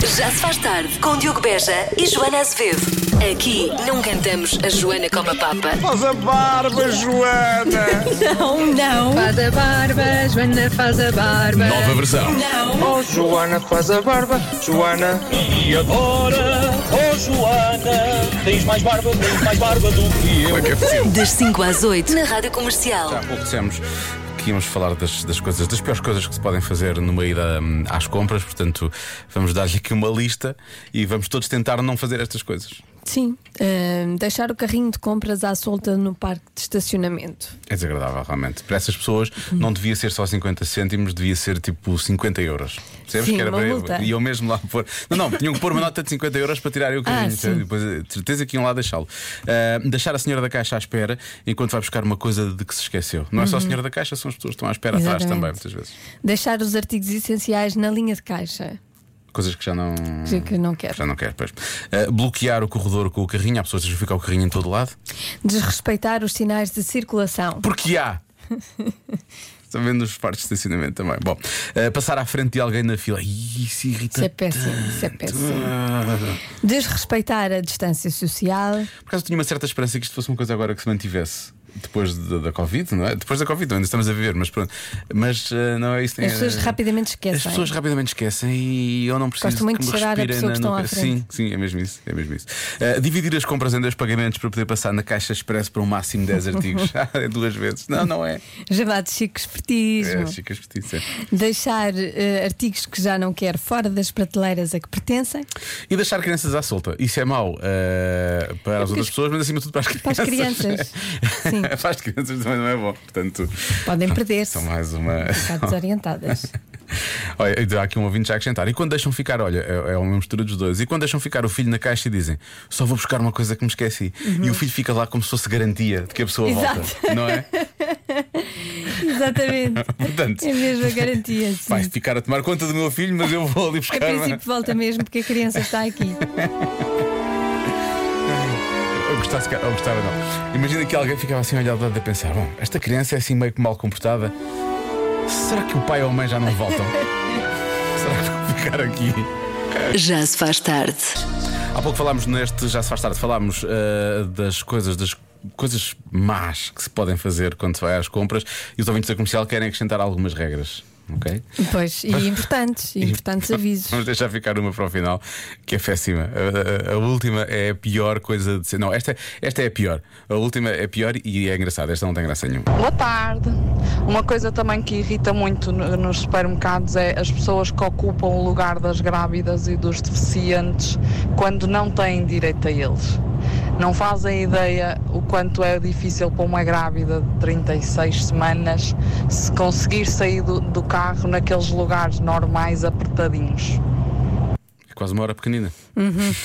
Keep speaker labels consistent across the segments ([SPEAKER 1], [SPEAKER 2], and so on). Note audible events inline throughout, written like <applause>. [SPEAKER 1] Já se faz tarde com Diogo Beja e Joana Azevedo. Aqui não cantamos a Joana como a Papa.
[SPEAKER 2] Faz a barba, Joana!
[SPEAKER 3] Não, não,
[SPEAKER 4] Faz a barba, Joana faz a barba.
[SPEAKER 5] Nova versão.
[SPEAKER 3] não.
[SPEAKER 2] Oh, Joana, faz a barba, Joana!
[SPEAKER 6] E agora, oh Joana, tens mais barba, muito mais barba do que eu.
[SPEAKER 1] Das 5 às 8 na Rádio Comercial.
[SPEAKER 5] Há pouco dissemos que íamos falar das, das coisas, das piores coisas que se podem fazer numa ida hum, às compras, portanto, vamos dar-lhe aqui uma lista e vamos todos tentar não fazer estas coisas.
[SPEAKER 3] Sim, ahm, deixar o carrinho de compras à solta no parque de estacionamento.
[SPEAKER 5] É desagradável, realmente. Para essas pessoas não devia ser só 50 cêntimos, devia ser tipo 50 euros. Percebes
[SPEAKER 3] Sim,
[SPEAKER 5] que era
[SPEAKER 3] uma multa.
[SPEAKER 5] para E eu mesmo lá pôr. Não, não, tinham que pôr uma nota de 50 euros para tirarem o carrinho.
[SPEAKER 3] Ah, sim.
[SPEAKER 5] Depois, eh, de certeza que iam lá deixá-lo. Ah, deixar a senhora da caixa à espera enquanto vai buscar uma coisa de que se esqueceu. Não é só a senhora da caixa, são as pessoas que estão à espera atrás
[SPEAKER 3] Uhum. Exatamente.
[SPEAKER 5] também, muitas vezes.
[SPEAKER 3] Deixar os artigos essenciais na linha de caixa.
[SPEAKER 5] Coisas que já não.
[SPEAKER 3] Que- que não quero.
[SPEAKER 5] Já não quero, pois. Ah, bloquear o corredor com o carrinho, há pessoas que ficam o carrinho em todo lado.
[SPEAKER 3] Desrespeitar os sinais de circulação. <laughs>
[SPEAKER 5] Porque há! Também nos partes de estacionamento também. Bom, ah, passar à frente de alguém na fila. Ih, Isso irrita.
[SPEAKER 3] Isso é péssimo, isso é péssimo.
[SPEAKER 5] Ah.
[SPEAKER 3] Desrespeitar a distância social.
[SPEAKER 5] Por acaso tinha uma certa esperança que isto fosse uma coisa agora que se mantivesse depois da, da Covid, não é? Depois da Covid, ainda estamos a viver, mas pronto. Mas ah, não é isso.
[SPEAKER 3] As pessoas
[SPEAKER 5] é-
[SPEAKER 3] rapidamente
[SPEAKER 5] As
[SPEAKER 3] esquecem.
[SPEAKER 5] pessoas rapidamente esquecem e eu não preciso
[SPEAKER 3] Gosto muito
[SPEAKER 5] que
[SPEAKER 3] de
[SPEAKER 5] me
[SPEAKER 3] cheirar a
[SPEAKER 5] respirem
[SPEAKER 3] pessoa que
[SPEAKER 5] na
[SPEAKER 3] estão à
[SPEAKER 5] nuca.
[SPEAKER 3] frente.
[SPEAKER 5] Sim, sim, é mesmo isso. É mesmo isso. Ah, dividir as compras em dois pagamentos para poder passar na caixa expresso para um máximo de 10
[SPEAKER 3] <laughs>
[SPEAKER 5] artigos. <laughs> Ah, é duas vezes. Não, não é.
[SPEAKER 3] Chamado chico
[SPEAKER 5] É,
[SPEAKER 3] espertismo.
[SPEAKER 5] Chica Justiça.
[SPEAKER 3] Deixar eh, artigos que já não quer fora das prateleiras a que pertencem.
[SPEAKER 5] E deixar crianças à solta. Isso é mau ah, para as outras pessoas, mas acima de tudo para as
[SPEAKER 3] É Para as crianças.
[SPEAKER 5] crianças. <laughs>
[SPEAKER 3] Sim,
[SPEAKER 5] para as crianças também não é bom. Portanto,
[SPEAKER 3] podem perder-se.
[SPEAKER 5] são mais uma. <laughs>
[SPEAKER 3] Ficar desorientadas.
[SPEAKER 5] Olha, há aqui um ouvinte já a acrescentar. E quando deixam ficar, olha, é é uma mistura dos dois. E quando deixam ficar o filho na caixa e dizem só vou buscar uma coisa que me esqueci. E o filho fica lá como se fosse garantia de que a pessoa volta,
[SPEAKER 3] Uhum. Exato.
[SPEAKER 5] não é?
[SPEAKER 3] Exatamente.
[SPEAKER 5] Portanto,
[SPEAKER 3] <laughs> É mesmo a garantia. Sim.
[SPEAKER 5] vai ficar a tomar conta do meu filho, mas eu vou ali
[SPEAKER 3] A
[SPEAKER 5] buscar. uma-
[SPEAKER 3] princípio volta mesmo porque a criança está aqui.
[SPEAKER 5] Eu gostasse que- eu gostava não. Imagina que alguém ficava assim olhado a pensar: bom, esta criança é assim meio que mal comportada. Será que o pai ou a mãe já não
[SPEAKER 3] <laughs>
[SPEAKER 5] voltam? Será que vão ficar aqui?
[SPEAKER 1] Já se faz tarde.
[SPEAKER 5] Há pouco falámos neste, já se faz tarde, falámos eh, das coisas, das coisas más que se podem fazer quando se vai às compras e os ouvintes da comercial querem acrescentar algumas regras. ok?
[SPEAKER 3] Pois, e importantes, e importantes avisos.
[SPEAKER 5] Vamos deixar ficar uma para o final, que é péssima. A, a- a última é a pior coisa de ser. Não, esta, esta é a pior. A última é a pior e é engraçada. Esta não tem graça nenhuma.
[SPEAKER 7] Boa tarde. Uma coisa também que irrita muito no- nos supermercados é as pessoas que ocupam o lugar das grávidas e dos deficientes quando não têm direito a eles. Não fazem ideia o quanto é difícil para uma grávida de 36 semanas se conseguir sair do, do carro naqueles lugares normais apertadinhos.
[SPEAKER 5] É quase uma hora pequenina. <laughs>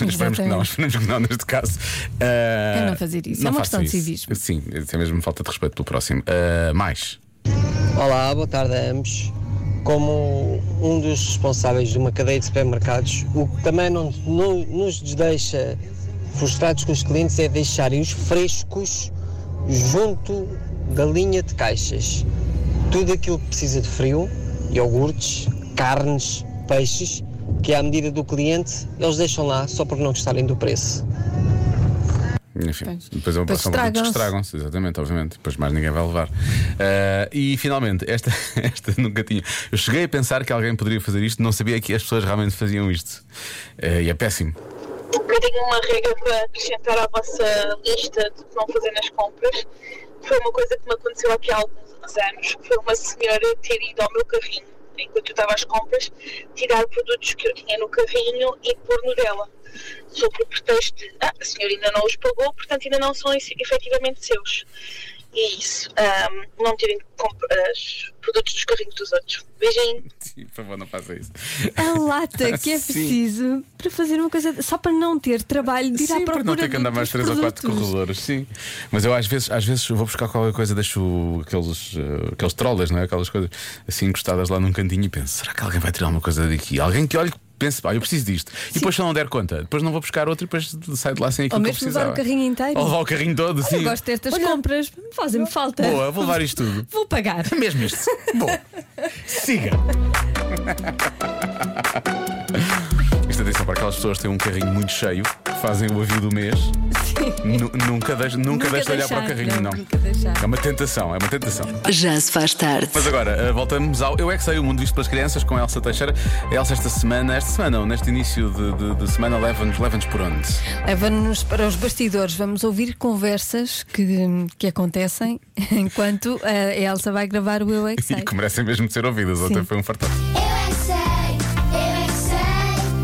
[SPEAKER 5] esperemos que não,
[SPEAKER 3] Uhum, exatamente.
[SPEAKER 5] esperemos que não neste caso. Ah,
[SPEAKER 3] É não fazer isso, é uma questão
[SPEAKER 5] façam
[SPEAKER 3] de
[SPEAKER 5] isso.
[SPEAKER 3] civismo.
[SPEAKER 5] Sim, isso é mesmo falta de respeito pelo próximo. Ah, mais.
[SPEAKER 8] Olá, boa tarde a ambos. Como um dos responsáveis de uma cadeia de supermercados, o que também não, não- nos deixa frustrados com os clientes é deixarem os frescos junto da linha de caixas. Tudo aquilo que precisa de frio, iogurtes, carnes, peixes, que à medida do cliente, eles deixam lá só por não gostarem do preço.
[SPEAKER 5] Enfim,
[SPEAKER 3] Pois.
[SPEAKER 5] depois é
[SPEAKER 3] Depois
[SPEAKER 5] uma passão produtos que
[SPEAKER 3] estragam-se.
[SPEAKER 5] estragam-se, exatamente, obviamente. Depois mais ninguém vai levar. Ah, e finalmente, esta, <laughs> esta nunca tinha. Eu cheguei a pensar que alguém poderia fazer isto, não sabia que as pessoas realmente faziam isto. Ah, e é péssimo.
[SPEAKER 9] Eu tenho um uma regra para acrescentar à vossa lista de que vão fazer nas compras. Foi uma coisa que me aconteceu aqui há alguns anos. Foi uma senhora ter ido ao meu carrinho, enquanto eu estava às compras, tirar produtos que eu tinha no carrinho e pôr no dela. Sob o pretexto de, ah, a senhora ainda não os pagou, portanto ainda não são efe- efetivamente seus. E é isso, ahm, não tirem comp- as- produtos dos carrinhos dos outros. Beijinho.
[SPEAKER 5] Sim, por favor, não faça isso.
[SPEAKER 3] A lata que é
[SPEAKER 5] Ah, Sim.
[SPEAKER 3] preciso para fazer uma coisa só para não ter trabalho de ir à
[SPEAKER 5] Sim, para
[SPEAKER 3] procura
[SPEAKER 5] não ter que andar mais
[SPEAKER 3] de outros
[SPEAKER 5] três ou quatro
[SPEAKER 3] produtos.
[SPEAKER 5] corredores, sim. Mas eu às vezes, às vezes eu vou buscar qualquer coisa, deixo aqueles, eh, aqueles trollers, não é? Aquelas coisas assim encostadas lá num cantinho e penso, será que alguém vai tirar alguma coisa daqui? Alguém que olhe e pense, pá, eu preciso disto. E depois se eu não der conta, depois não vou buscar outro e depois saio de lá sem aquilo
[SPEAKER 3] Ou
[SPEAKER 5] que eu
[SPEAKER 3] mesmo levar
[SPEAKER 5] precisava.
[SPEAKER 3] o carrinho inteiro.
[SPEAKER 5] Ou levar o carrinho todo,
[SPEAKER 3] Eu
[SPEAKER 5] sim.
[SPEAKER 3] gosto destas compras, fazem-me falta.
[SPEAKER 5] Boa, vou levar isto tudo.
[SPEAKER 3] Vou pagar.
[SPEAKER 5] É Mesmo isto. Bom, siga. Isto atenção para aquelas pessoas que têm um carrinho muito cheio, que fazem o avio do mês. Nu- Nunca deixe nunca
[SPEAKER 3] Nunca
[SPEAKER 5] deixe de olhar para o
[SPEAKER 3] deixar,
[SPEAKER 5] carrinho, não.
[SPEAKER 3] não, nunca deixar.
[SPEAKER 5] É uma tentação, é uma tentação.
[SPEAKER 1] Já se faz tarde.
[SPEAKER 5] Mas agora, eh, voltamos ao Eu É Que Sei, o mundo visto pelas crianças, com a Elsa Teixeira. A Elsa, esta semana, esta semana, ou neste início de, de- de semana, leva-nos leva por onde?
[SPEAKER 3] Leva-nos para os bastidores. Vamos ouvir conversas que, que acontecem <laughs> enquanto a Elsa vai gravar o Eu É Que
[SPEAKER 5] <laughs> E
[SPEAKER 3] Sei.
[SPEAKER 5] que merecem mesmo de ser ouvidas,
[SPEAKER 3] Sim.
[SPEAKER 5] até foi um fartão.
[SPEAKER 10] Eu é que sei, eu é que sei, eu é que sei, eu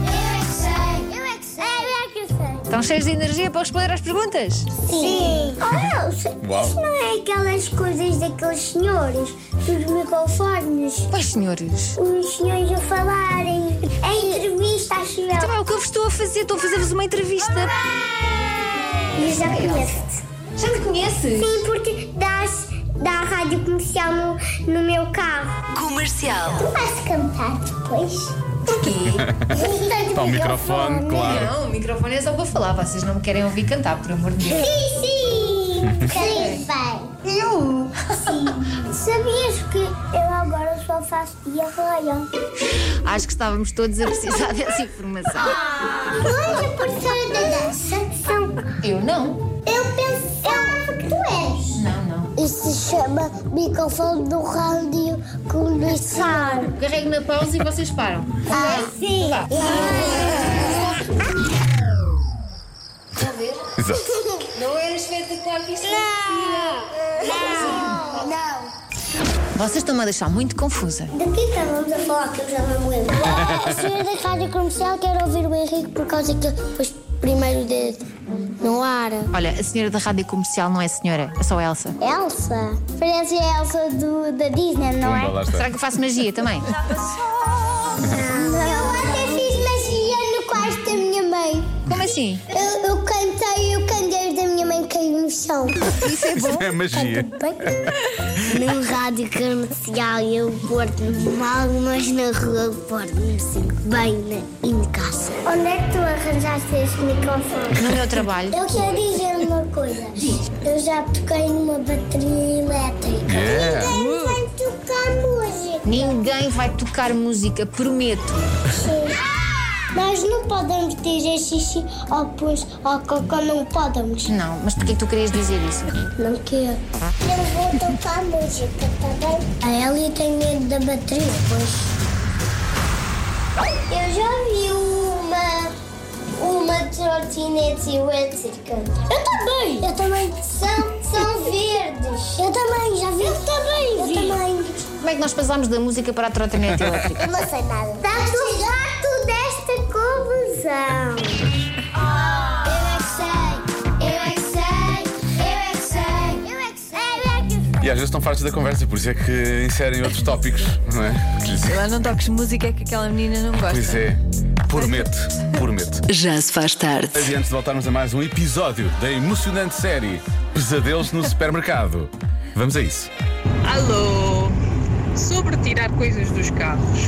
[SPEAKER 10] é que sei, eu é que sei.
[SPEAKER 11] Estão cheios de energia para responder às perguntas?
[SPEAKER 10] Sim. Oh, Elsa,
[SPEAKER 5] Uau.
[SPEAKER 10] isso não é aquelas coisas daqueles senhores, dos microfones,
[SPEAKER 11] Pois, senhores.
[SPEAKER 10] os senhores a falarem, a entrevista, acho eu.
[SPEAKER 11] Então é o que eu vos estou a fazer, estou a fazer-vos uma entrevista.
[SPEAKER 10] Eu já conheço-te.
[SPEAKER 11] Já me conheces?
[SPEAKER 10] Sim, porque das, da rádio comercial no, no meu carro.
[SPEAKER 1] Comercial.
[SPEAKER 10] Tu vais cantar depois?
[SPEAKER 11] Porquê?
[SPEAKER 5] Está Tá o microfone, claro.
[SPEAKER 11] Não, o microfone é só para falar, vocês não me querem ouvir cantar, por amor de Deus.
[SPEAKER 10] Sim,
[SPEAKER 11] <laughs>
[SPEAKER 10] sim! Sim, bem! Eu? Sim! Sabias que eu agora só faço diarreia?
[SPEAKER 11] Acho que estávamos todos a precisar <laughs> dessa informação.
[SPEAKER 10] Ah, Tu és a professora da dança? São.
[SPEAKER 11] Eu não.
[SPEAKER 10] Eu pensava que tu és!
[SPEAKER 11] Não, não.
[SPEAKER 10] Isso se chama microfone do rádio começar.
[SPEAKER 11] Carrego na pausa e vocês param. Então
[SPEAKER 10] Ah, sim!
[SPEAKER 11] Estão a ver?
[SPEAKER 5] Exato.
[SPEAKER 11] Não era espetacular que isto
[SPEAKER 10] Não! Não!
[SPEAKER 11] Vocês estão-me a deixar muito confusa.
[SPEAKER 10] Do que estávamos a falar que eu já não me
[SPEAKER 11] <laughs>
[SPEAKER 10] lembro? A senhora da rádio comercial quer ouvir o Henrique por causa que ele pôs primeiro o dedo no ar.
[SPEAKER 11] Olha, a senhora da rádio comercial não é senhora, é só Elsa.
[SPEAKER 10] Elsa? Parece a Elsa do, da Disney, não
[SPEAKER 5] Pumba, lá
[SPEAKER 10] é?
[SPEAKER 5] está.
[SPEAKER 11] Será que eu faço magia também?
[SPEAKER 10] Eu até fiz magia no quarto da minha mãe.
[SPEAKER 11] Como assim?
[SPEAKER 10] Eu, eu cantei e o candeeiro da minha mãe caiu no chão.
[SPEAKER 11] Isso é bom?
[SPEAKER 5] <laughs> É magia.
[SPEAKER 10] No rádio comercial eu porto-me mal, mas na rua porto-me sempre bem e em casa. Onde é que tu arranjaste este microfone?
[SPEAKER 11] No meu trabalho.
[SPEAKER 10] Eu quero dizer uma coisa. Eu já toquei numa bateria elétrica.
[SPEAKER 5] Yeah.
[SPEAKER 10] Ninguém vai tocar música.
[SPEAKER 11] Ninguém vai tocar música, prometo.
[SPEAKER 10] Nós não podemos dizer xixi ou pus ou cocô, não podemos.
[SPEAKER 11] Não, mas porquê que tu querias dizer isso?
[SPEAKER 10] Não quero. Eu vou tocar música, tá bem? A Ellie tem medo da bateria, pois. Eu já vi uma. uma trotinete elétrica. Eu também! Eu também. São, são verdes. Eu também, já vi. Eu também, Eu também.
[SPEAKER 11] Como é que nós passámos da música para a trotinete elétrica?
[SPEAKER 10] Eu <laughs> não sei nada. Estás gato desta confusão. Eu eu é que sei, eu é que sei, eu é que sei, eu é que sei.
[SPEAKER 5] E às vezes estão fartos da conversa, por isso é que inserem outros tópicos, não é? Que lhes-
[SPEAKER 3] Lá não toques música é que aquela menina não gosta.
[SPEAKER 5] Pois é, prometo, prometo.
[SPEAKER 1] Já se faz tarde.
[SPEAKER 5] E antes de voltarmos a mais um episódio da emocionante série Pesadelos no Supermercado, vamos a isso.
[SPEAKER 4] Alô! Sobre tirar coisas dos carros.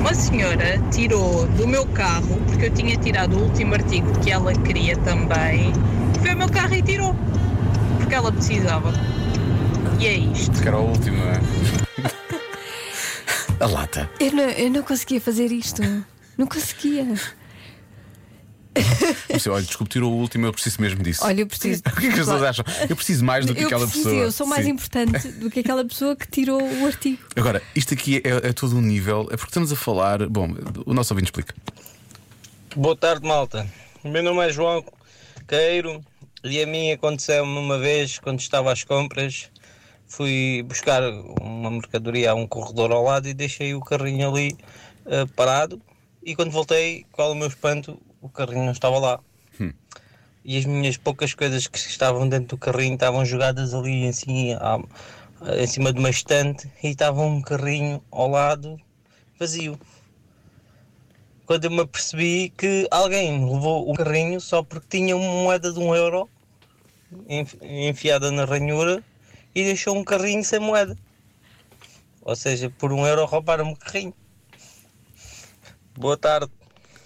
[SPEAKER 4] Uma senhora tirou do meu carro, porque eu tinha tirado o último artigo que ela queria também, foi o meu carro e tirou, porque ela precisava. E é isto.
[SPEAKER 5] Que era o último,
[SPEAKER 3] <laughs>
[SPEAKER 5] não é? A lata.
[SPEAKER 3] Eu não, eu não conseguia fazer isto. Não conseguia.
[SPEAKER 5] Você, olha, desculpe, tirou o último, eu preciso mesmo disso.
[SPEAKER 3] Olha, eu preciso.
[SPEAKER 5] <laughs> O que é que as pessoas acham? Eu preciso mais do que
[SPEAKER 3] eu
[SPEAKER 5] aquela
[SPEAKER 3] preciso,
[SPEAKER 5] pessoa.
[SPEAKER 3] Eu sou mais
[SPEAKER 5] Sim.
[SPEAKER 3] importante do que aquela pessoa que tirou o artigo.
[SPEAKER 5] Agora, isto aqui é, é todo um nível, é porque estamos a falar. Bom, o nosso ouvinte explica.
[SPEAKER 8] Boa tarde, malta. O meu nome é João Queiro e a mim aconteceu-me uma vez quando estava às compras. Fui buscar uma mercadoria a um corredor ao lado e deixei o carrinho ali eh, parado. E quando voltei, qual o meu espanto, o carrinho não estava lá. E as minhas poucas coisas que estavam dentro do carrinho estavam jogadas ali assim, à- em cima de uma estante e estava um carrinho ao lado vazio quando eu me apercebi que alguém levou o carrinho só porque tinha uma moeda de um euro enf- enfiada na ranhura e deixou um carrinho sem moeda. Ou seja, por um euro roubaram-me o carrinho. Boa tarde.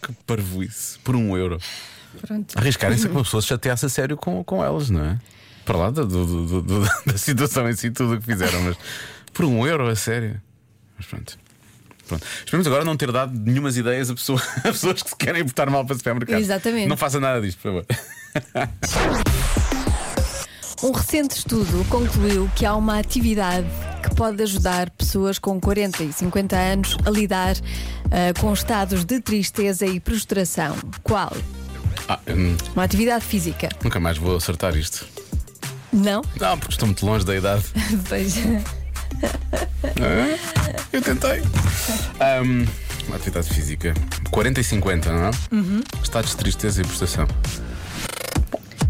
[SPEAKER 5] Que parvoíce, por um euro. <laughs>
[SPEAKER 3] Pronto.
[SPEAKER 5] Arriscarem-se a que uma pessoa se chateasse a sério com, com elas, não é? Para lá da, do- do- do-
[SPEAKER 2] <laughs>
[SPEAKER 5] da situação em si, tudo o que fizeram, mas por um euro, a sério. Mas pronto.
[SPEAKER 2] Pronto. Esperemos agora não ter dado nenhumas ideias a, pessoa- <laughs> a pessoas que se querem botar mal para o supermercado.
[SPEAKER 3] Exatamente.
[SPEAKER 2] Não faça nada disto, por favor.
[SPEAKER 3] Um recente estudo concluiu que há uma atividade que pode ajudar pessoas com 40 e 50 anos a lidar
[SPEAKER 11] eh,
[SPEAKER 3] ah, com estados de tristeza e prostração. Qual?
[SPEAKER 2] Ah, hum,
[SPEAKER 3] Uma atividade física.
[SPEAKER 2] nunca mais vou acertar isto.
[SPEAKER 3] Não? <laughs>
[SPEAKER 2] Não, porque estou muito longe da idade.
[SPEAKER 3] Pois.
[SPEAKER 2] Eu tentei. Ahm, uma atividade física. 40 e 50, não é?
[SPEAKER 3] Uhum.
[SPEAKER 2] Estados de tristeza e prestação.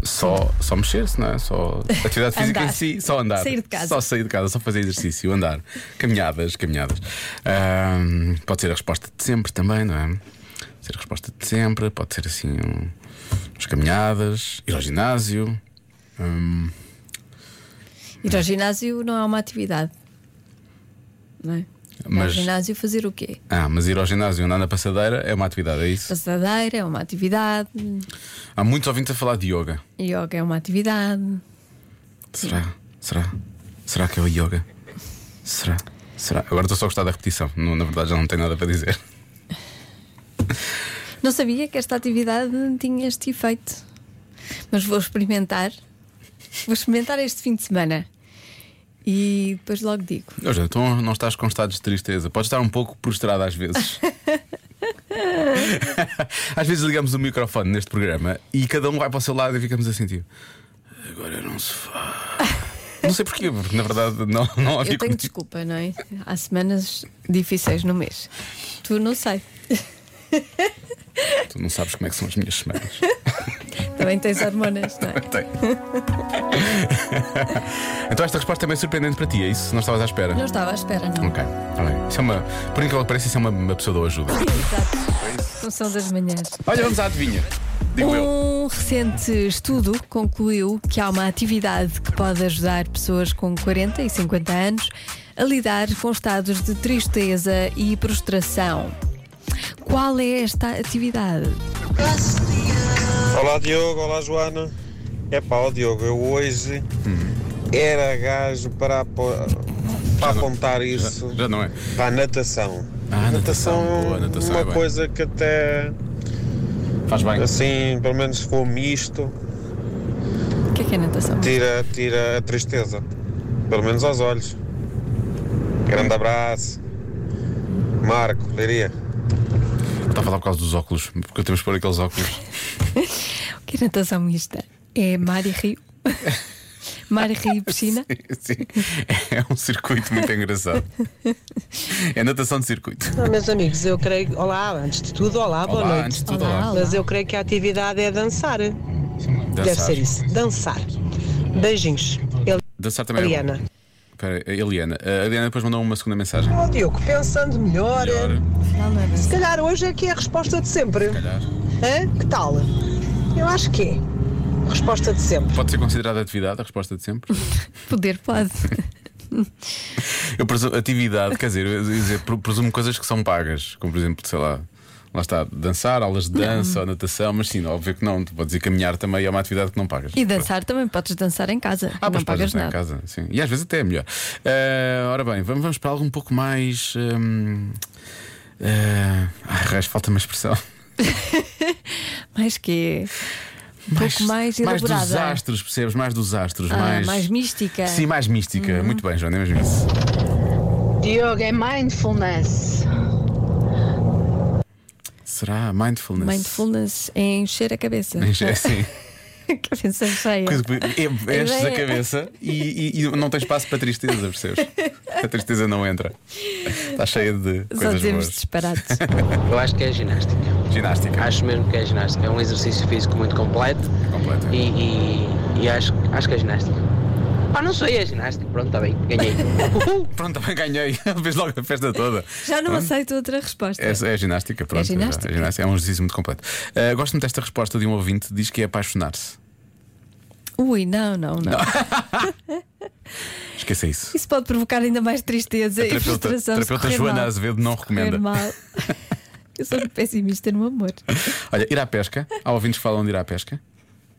[SPEAKER 2] Só, só mexer-se, não é? Só atividade física em
[SPEAKER 3] Andar.
[SPEAKER 2] si, só andar.
[SPEAKER 3] Sair de casa.
[SPEAKER 2] Só sair de casa, só fazer exercício, andar. Caminhadas, caminhadas. Ahm, pode ser a resposta de sempre também, não é? Pode ser a resposta de sempre, pode ser assim um, umas caminhadas, ir ao ginásio. Ahm,
[SPEAKER 3] Ir ao ginásio não é uma atividade. Não é? Ir ao
[SPEAKER 2] Mas-
[SPEAKER 3] ginásio fazer o quê?
[SPEAKER 2] ah, mas ir ao ginásio e andar na passadeira é uma atividade, é isso?
[SPEAKER 3] Passadeira é uma atividade,
[SPEAKER 2] Há muitos ouvintes a falar de yoga.
[SPEAKER 3] yoga é uma atividade.
[SPEAKER 2] Será? É, Será? Será que é o yoga? Será? Será? Agora estou só a gostar da repetição. Não, na verdade já não tenho nada para dizer.
[SPEAKER 3] Não sabia que esta atividade tinha este efeito. Mas vou experimentar. Vou experimentar este fim de semana. E depois logo digo.
[SPEAKER 2] Hoje, então não estás com estados de tristeza. Podes estar um pouco prostrada às <laughs> vezes. às vezes ligamos o microfone neste programa e cada um vai para o seu lado e ficamos assim, tipo. Agora não se faz. Não sei porquê, porque na verdade não, não havia
[SPEAKER 3] Eu tenho desculpa, não é? Há semanas difíceis no mês. Tu não sei.
[SPEAKER 2] Tu não sabes como é que são as minhas semanas.
[SPEAKER 3] Também tens hormonas, não é?
[SPEAKER 2] Tem. então esta resposta é meio surpreendente para ti, é isso? Não estavas à espera?
[SPEAKER 3] Não estava à espera, não.
[SPEAKER 2] Ok, está bem. Isso é uma. Por incrível que pareça, isso é uma, uma pessoa da ajuda.
[SPEAKER 3] Exato. Função das manhãs.
[SPEAKER 2] Olha, vamos à adivinha. Digo eu.
[SPEAKER 3] Um recente estudo concluiu que há uma atividade que pode ajudar pessoas com 40 e 50 anos a lidar com estados de tristeza e prostração. Qual é esta atividade?
[SPEAKER 9] Olá Diogo, olá Joana. É pá, ó Diogo, eu hoje era gajo para, apo- para apontar isso
[SPEAKER 2] Já não é?
[SPEAKER 9] para a natação.
[SPEAKER 2] Ah, natação. Boa,
[SPEAKER 9] natação
[SPEAKER 2] natação
[SPEAKER 9] uma
[SPEAKER 2] é bem.
[SPEAKER 9] coisa que até
[SPEAKER 2] Faz bem.
[SPEAKER 9] assim, pelo menos se for misto,
[SPEAKER 3] O que é que é natação?
[SPEAKER 9] tira, tira a tristeza. Pelo menos aos olhos. Grande abraço. Marco, Leiria.
[SPEAKER 2] Está a falar por causa dos óculos, porque temos que pôr aqueles óculos. <laughs>
[SPEAKER 3] O que é natação mista? É mar e
[SPEAKER 2] <laughs>
[SPEAKER 3] rio? mar e rio e piscina?
[SPEAKER 2] Sim. É um circuito
[SPEAKER 3] <laughs>
[SPEAKER 2] muito engraçado. É natação de circuito.
[SPEAKER 12] Ah, meus amigos, eu creio. Olá, antes de tudo, olá, boa
[SPEAKER 2] Olá,
[SPEAKER 12] noite.
[SPEAKER 2] antes de tudo,
[SPEAKER 3] Olá,
[SPEAKER 2] olá.
[SPEAKER 3] olá.
[SPEAKER 12] Mas eu creio que a atividade é dançar. Deve
[SPEAKER 2] Dançar.
[SPEAKER 12] ser isso, dançar. Beijinhos.
[SPEAKER 2] Dançar também. é bom.
[SPEAKER 12] Eliana.
[SPEAKER 2] Espera, aí, a Eliana. Ah, A Eliana depois mandou uma segunda mensagem.
[SPEAKER 12] Ó Diogo, pensando melhor,
[SPEAKER 2] Melhor,
[SPEAKER 3] Não, não é
[SPEAKER 12] se
[SPEAKER 3] dança.
[SPEAKER 12] calhar hoje é que é a resposta de sempre.
[SPEAKER 2] calhar.
[SPEAKER 12] Hã? Que tal? Eu acho que é. Resposta de sempre.
[SPEAKER 2] Pode ser considerada atividade, a resposta de sempre.
[SPEAKER 3] Poder pode.
[SPEAKER 2] Eu presumo, atividade, quer dizer, eu ia dizer, pre- presumo coisas que são pagas, como por exemplo, sei lá, lá está, dançar, aulas de dança ou natação, mas sim, óbvio que não, tu podes ir caminhar também, é uma atividade que não pagas.
[SPEAKER 3] E dançar também podes dançar em casa.
[SPEAKER 2] Ah,
[SPEAKER 3] não
[SPEAKER 2] pois podes
[SPEAKER 3] pagas
[SPEAKER 2] dançar em
[SPEAKER 3] nada.
[SPEAKER 2] casa, sim. E às vezes até é melhor. Ah, ora bem, vamos, vamos para algo um pouco mais. hum, ah, ai, raios, falta uma expressão.
[SPEAKER 3] Mais que um pouco
[SPEAKER 2] <laughs>
[SPEAKER 3] mais
[SPEAKER 2] mais
[SPEAKER 3] elaborada.
[SPEAKER 2] dos astros, percebes? Mais dos astros,
[SPEAKER 3] Ah,
[SPEAKER 2] mais.
[SPEAKER 3] mais mística. Uhum.
[SPEAKER 2] Sim, mais mística. Muito bem, Joana, é mesmo isso.
[SPEAKER 13] Diogo, é mindfulness.
[SPEAKER 2] Será mindfulness?
[SPEAKER 3] Mindfulness é encher a cabeça.
[SPEAKER 2] <laughs> É, sim.
[SPEAKER 3] cabeça cheia.
[SPEAKER 2] Coisa que enches a cabeça e, e- e não tens espaço para tristeza, percebes? A tristeza não entra. Está cheia de
[SPEAKER 3] Só
[SPEAKER 2] coisas
[SPEAKER 3] dizemos
[SPEAKER 2] boas.
[SPEAKER 3] disparados.
[SPEAKER 14] Eu acho que é ginástica.
[SPEAKER 2] Ginástica.
[SPEAKER 14] Acho mesmo que é ginástica. É um exercício físico muito completo
[SPEAKER 2] Completa.
[SPEAKER 14] e, e- e acho, acho que é ginástica. Ah, não sei, é ginástica. Pronto, está bem, ganhei.
[SPEAKER 2] Pronto, também ganhei. <laughs> Vês logo a festa toda.
[SPEAKER 3] Já não aceito outra resposta.
[SPEAKER 2] É, é ginástica, pronto. já,
[SPEAKER 3] ginástica.
[SPEAKER 2] É, ginástica, é um exercício muito completo. Ah, gosto muito desta resposta de um ouvinte, diz que é apaixonar-se.
[SPEAKER 3] Ui, não, não, não,
[SPEAKER 2] Esqueça
[SPEAKER 3] <laughs>
[SPEAKER 2] isso.
[SPEAKER 3] Isso pode provocar ainda mais tristeza e
[SPEAKER 2] terapeuta,
[SPEAKER 3] frustração. se
[SPEAKER 2] terapeuta
[SPEAKER 3] correr
[SPEAKER 2] Joana
[SPEAKER 3] mal.
[SPEAKER 2] Azevedo não
[SPEAKER 3] Se correr
[SPEAKER 2] recomenda.
[SPEAKER 3] mal. Eu sou muito pessimista no amor.
[SPEAKER 2] Olha, ir à pesca. Há ouvintes que falam de ir à pesca.
[SPEAKER 5] Então,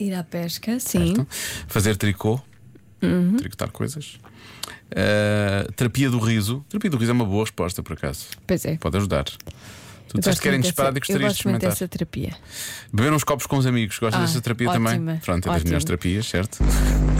[SPEAKER 3] Ir à pesca, sim. Uhum.
[SPEAKER 2] Fazer tricô. Tricotar coisas.
[SPEAKER 5] Uh, terapia do riso. Terapia do riso é uma boa resposta, por acaso.
[SPEAKER 3] Pois é.
[SPEAKER 5] Pode ajudar. Tu
[SPEAKER 3] Eu
[SPEAKER 5] disseste
[SPEAKER 3] gosto
[SPEAKER 5] que era
[SPEAKER 3] muito
[SPEAKER 5] inesperado
[SPEAKER 3] dessa-
[SPEAKER 5] e gostarias
[SPEAKER 3] Eu
[SPEAKER 5] de
[SPEAKER 3] gosto muito
[SPEAKER 5] experimentar.
[SPEAKER 3] dessa terapia.
[SPEAKER 5] Beber uns copos com os amigos. Gostas
[SPEAKER 3] Ah,
[SPEAKER 5] dessa terapia também?
[SPEAKER 3] ótima,
[SPEAKER 5] Pronto, é das
[SPEAKER 3] ótima.
[SPEAKER 5] melhores terapias, certo?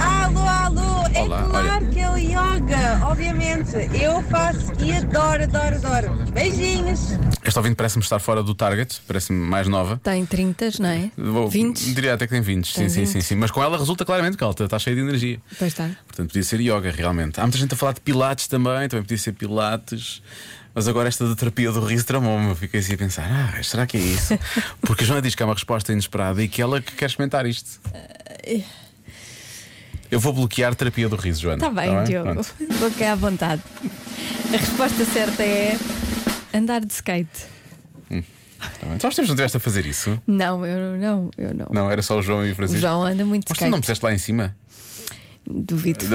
[SPEAKER 15] Alô, alô, é
[SPEAKER 5] Olá,
[SPEAKER 15] claro que é o yoga, obviamente. Eu faço e adoro, adoro, adoro. Beijinhos!
[SPEAKER 5] Esta ouvinte parece-me estar fora do target, parece-me mais nova.
[SPEAKER 3] Tem 30, não é?
[SPEAKER 5] Vou-
[SPEAKER 3] 20?
[SPEAKER 5] Diria até que tem 20.
[SPEAKER 3] Tem
[SPEAKER 5] sim, sim, sim,
[SPEAKER 3] 20.
[SPEAKER 5] sim. Mas com ela resulta claramente que ela está cheia de energia.
[SPEAKER 3] Pois está.
[SPEAKER 5] Portanto, podia ser yoga, realmente. Há muita gente a falar de pilates também, também Então, podia ser pilates. Mas agora esta da terapia do riso tramou-me. Eu Fiquei assim a pensar, ah, será que é <laughs> isso? Porque a Joana diz que é uma resposta inesperada e que ela que quer experimentar isto. Eh, Eu vou bloquear terapia do riso, Joana.
[SPEAKER 3] Está bem,
[SPEAKER 5] Tá
[SPEAKER 3] Diogo.
[SPEAKER 5] Pronto.
[SPEAKER 3] Vou cá à vontade. A resposta certa é andar de skate.
[SPEAKER 5] Tá bem. Tu acho que não estiveste a fazer isso?
[SPEAKER 3] Não, eu não, eu não.
[SPEAKER 5] Não, era só o João e o
[SPEAKER 3] O
[SPEAKER 5] Francisco.
[SPEAKER 3] João anda muito de
[SPEAKER 5] Mas tu não
[SPEAKER 3] skate.
[SPEAKER 5] me puseste lá em cima? <laughs>
[SPEAKER 3] Duvido.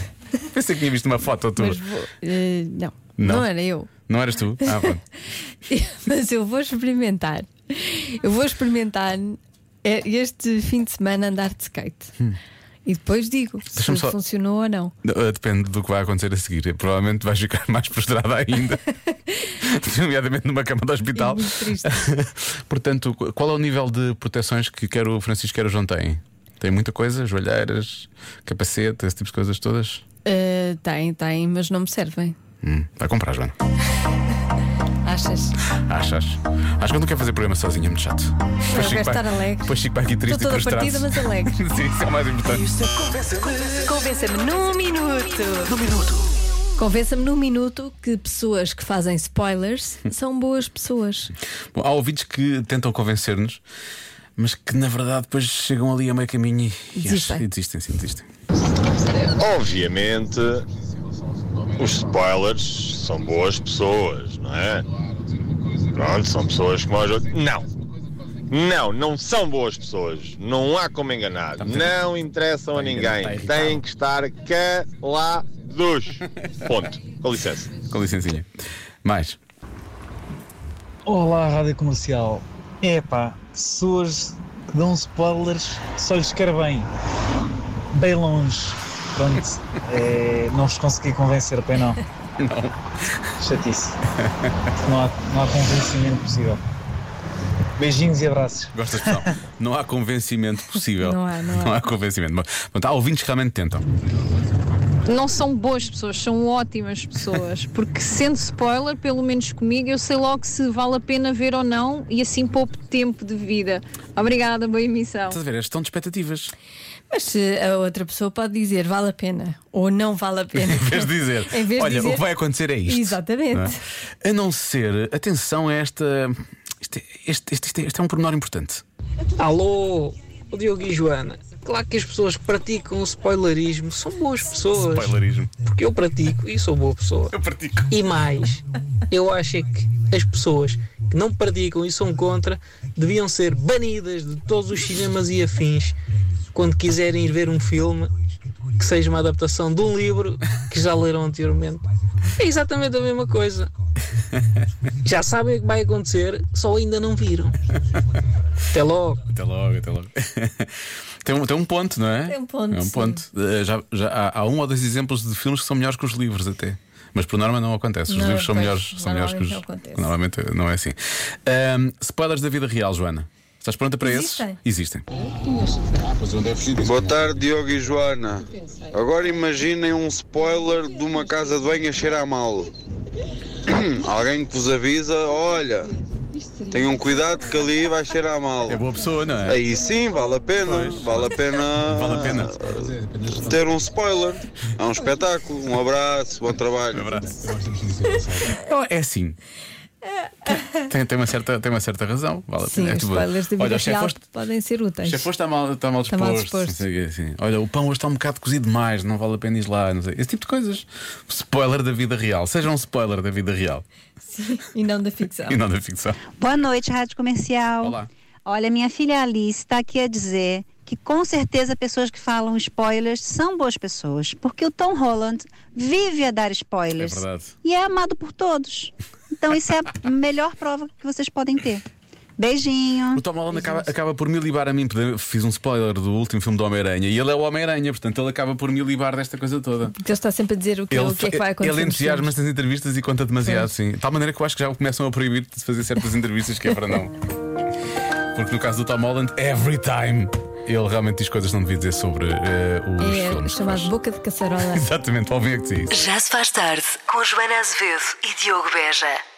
[SPEAKER 3] <laughs>
[SPEAKER 5] Pensei que tinha visto uma foto tua.
[SPEAKER 3] Mas vou, eh, não.
[SPEAKER 5] Não.
[SPEAKER 3] não era eu. <laughs>
[SPEAKER 5] Não eras tu? Ah, pronto.
[SPEAKER 3] Mas eu vou experimentar. Eu vou experimentar eh, este fim de semana andar de skate. E depois digo se
[SPEAKER 5] Hum. Deixa-me só-
[SPEAKER 3] funcionou ou não.
[SPEAKER 5] Uh, Depende do que vai acontecer a seguir. Provavelmente vais ficar mais prostrada ainda, nomeadamente numa cama de hospital.
[SPEAKER 3] É muito triste.
[SPEAKER 5] <laughs> Portanto, qu- qual é o nível de proteções que quer o Francisco quer o João têm? Tem muita coisa, joelheiras, capacete, esse tipo de coisas todas.
[SPEAKER 3] Eh, tem, tem, mas não me servem.
[SPEAKER 5] Hum, vai comprar, Joana.
[SPEAKER 3] Achas?
[SPEAKER 5] Achas? Acho que eu não quero fazer programa sozinha, é muito chato. Depois
[SPEAKER 3] quero
[SPEAKER 5] para-
[SPEAKER 3] estar alegre.
[SPEAKER 5] Depois fico para aqui triste
[SPEAKER 3] Estou toda
[SPEAKER 5] e frustrado.
[SPEAKER 3] partida, mas alegre.
[SPEAKER 5] <laughs> Sim, isso é o mais importante.
[SPEAKER 3] Convença-me num minuto. Num minuto. Convença-me num minuto que pessoas que fazem
[SPEAKER 5] <laughs>
[SPEAKER 3] spoilers são boas pessoas.
[SPEAKER 5] Bom, há ouvidos que tentam convencer-nos, mas que na verdade depois chegam ali a meio caminho e e
[SPEAKER 3] Desistem.
[SPEAKER 5] acham- e desistem, sim, desistem.
[SPEAKER 16] <laughs> Obviamente, os spoilers são boas pessoas, não é? Pronto, são pessoas como as outras. Não! Não, não são boas pessoas. Não há como enganar. Não interessam a ninguém. Têm que estar calados. Ponto. Com licença.
[SPEAKER 5] Com licencinha. Mais.
[SPEAKER 17] Olá, Rádio Comercial. Epá, pessoas que dão spoilers só lhes quer bem. Bem longe. Pronto, é, não os consegui convencer, bem não. Não. Chatice. Não há, não há convencimento possível. Beijinhos e abraços.
[SPEAKER 5] Gosto da expressão. Não há convencimento possível.
[SPEAKER 17] Não há, não há.
[SPEAKER 5] convencimento. Bom, Portanto, há ouvintes que realmente tentam.
[SPEAKER 18] Não são boas pessoas, são ótimas pessoas. Porque sendo spoiler, pelo menos comigo, eu sei logo se vale a pena ver ou não e assim pouco tempo de vida. Obrigada, boa emissão.
[SPEAKER 5] Estás a ver? É gestão de expectativas.
[SPEAKER 3] Mas se a outra pessoa pode dizer vale a pena ou não vale a pena.
[SPEAKER 5] <laughs> Em vez de dizer,
[SPEAKER 3] <laughs> Em vez de
[SPEAKER 5] olha,
[SPEAKER 3] dizer-
[SPEAKER 5] o que vai acontecer é isto.
[SPEAKER 3] Exatamente.
[SPEAKER 5] Não é? A não ser, atenção a esta. Este, este, este, este é- este é um pormenor importante.
[SPEAKER 9] Alô, o Diogo e Joana. Claro que as pessoas que praticam o spoilerismo são boas pessoas.
[SPEAKER 5] Spoilerismo.
[SPEAKER 9] Porque eu pratico e sou boa pessoa. Eu
[SPEAKER 5] pratico.
[SPEAKER 9] E mais, eu acho é que as pessoas que não praticam e são contra deviam ser banidas de todos os cinemas e afins quando quiserem ir ver um filme que seja uma adaptação de um livro que já leram anteriormente. É exatamente a mesma coisa. Já sabem o que vai acontecer, só ainda não viram. Até logo.
[SPEAKER 5] Até logo, até logo. <laughs> tem, um, tem um ponto, não é?
[SPEAKER 3] Tem um ponto,
[SPEAKER 5] É um
[SPEAKER 3] sim.
[SPEAKER 5] ponto. Eh, Já, já há, há um ou dois exemplos de filmes que são melhores que os livros, até. Mas por norma não acontece. Os
[SPEAKER 3] Não,
[SPEAKER 5] livros são
[SPEAKER 3] pois,
[SPEAKER 5] melhores, são melhores que os.
[SPEAKER 3] normalmente não acontece.
[SPEAKER 5] normalmente não é assim. Ahm, spoilers da vida real, Joana. Estás pronta para
[SPEAKER 19] Existem?
[SPEAKER 5] esses? Existem.
[SPEAKER 19] Boa tarde, Diogo e Joana. Agora imaginem um spoiler de uma casa de banho a cheirar mal. <coughs> Alguém que vos avisa, olha, tenham um cuidado que ali vai cheirar mal. É
[SPEAKER 5] boa pessoa, não é?
[SPEAKER 19] Aí sim, vale a pena. Vale a pena.
[SPEAKER 5] Vale a pena.
[SPEAKER 19] Ter um spoiler. É um espetáculo. Um abraço, bom trabalho. Um
[SPEAKER 5] abraço. Não, é assim. Tem, tem uma certa, tem uma certa razão. Vale a
[SPEAKER 3] É. Sim,
[SPEAKER 5] pena. É
[SPEAKER 3] os
[SPEAKER 5] tipo,
[SPEAKER 3] spoilers da vida
[SPEAKER 5] olha, o chefe
[SPEAKER 3] real
[SPEAKER 5] hoje-
[SPEAKER 3] podem ser
[SPEAKER 5] o
[SPEAKER 3] úteis.
[SPEAKER 5] chefe hoje está mal, está mal
[SPEAKER 3] Está
[SPEAKER 5] disposto.
[SPEAKER 3] mal
[SPEAKER 5] não
[SPEAKER 3] disposto.
[SPEAKER 5] sei o quê, assim. Olha, o pão hoje está um bocado cozido demais, não vale a pena ir lá. Não sei. Esse tipo de coisas. Spoiler da vida real. Seja um spoiler da vida real
[SPEAKER 3] Sim, <laughs> e não da ficção.
[SPEAKER 5] e não da ficção.
[SPEAKER 20] Boa noite, Rádio Comercial.
[SPEAKER 5] Olá.
[SPEAKER 20] Olha, minha filha Alice está aqui a dizer que com certeza pessoas que falam spoilers são boas pessoas, porque o Tom Holland vive a dar spoilers.
[SPEAKER 5] É verdade.
[SPEAKER 20] E é amado por todos. Então isso é a melhor prova que vocês podem ter.
[SPEAKER 21] Beijinho.
[SPEAKER 2] O Tom Holland acaba, acaba por me libar a mim. porque Fiz um spoiler do último filme do Homem-Aranha e ele é o Homem-Aranha, portanto ele acaba por me libar desta coisa toda.
[SPEAKER 3] Porque Então ele está sempre a dizer o que, o que é que vai acontecer.
[SPEAKER 2] ele
[SPEAKER 3] nos filmes.
[SPEAKER 2] entusiasma-se nas entrevistas e conta demasiado, sim. De tal maneira que eu acho que já o começam a proibir de se fazer certas entrevistas que é para não. Porque no caso do Tom Holland, every time ele realmente diz coisas que não devia dizer sobre eh, os
[SPEAKER 3] É
[SPEAKER 2] filmes.
[SPEAKER 3] chamado boca de caçarola.
[SPEAKER 2] Exatamente, alguém é que diz isso.
[SPEAKER 1] Já se faz tarde com Joana Azevedo e Diogo Beja.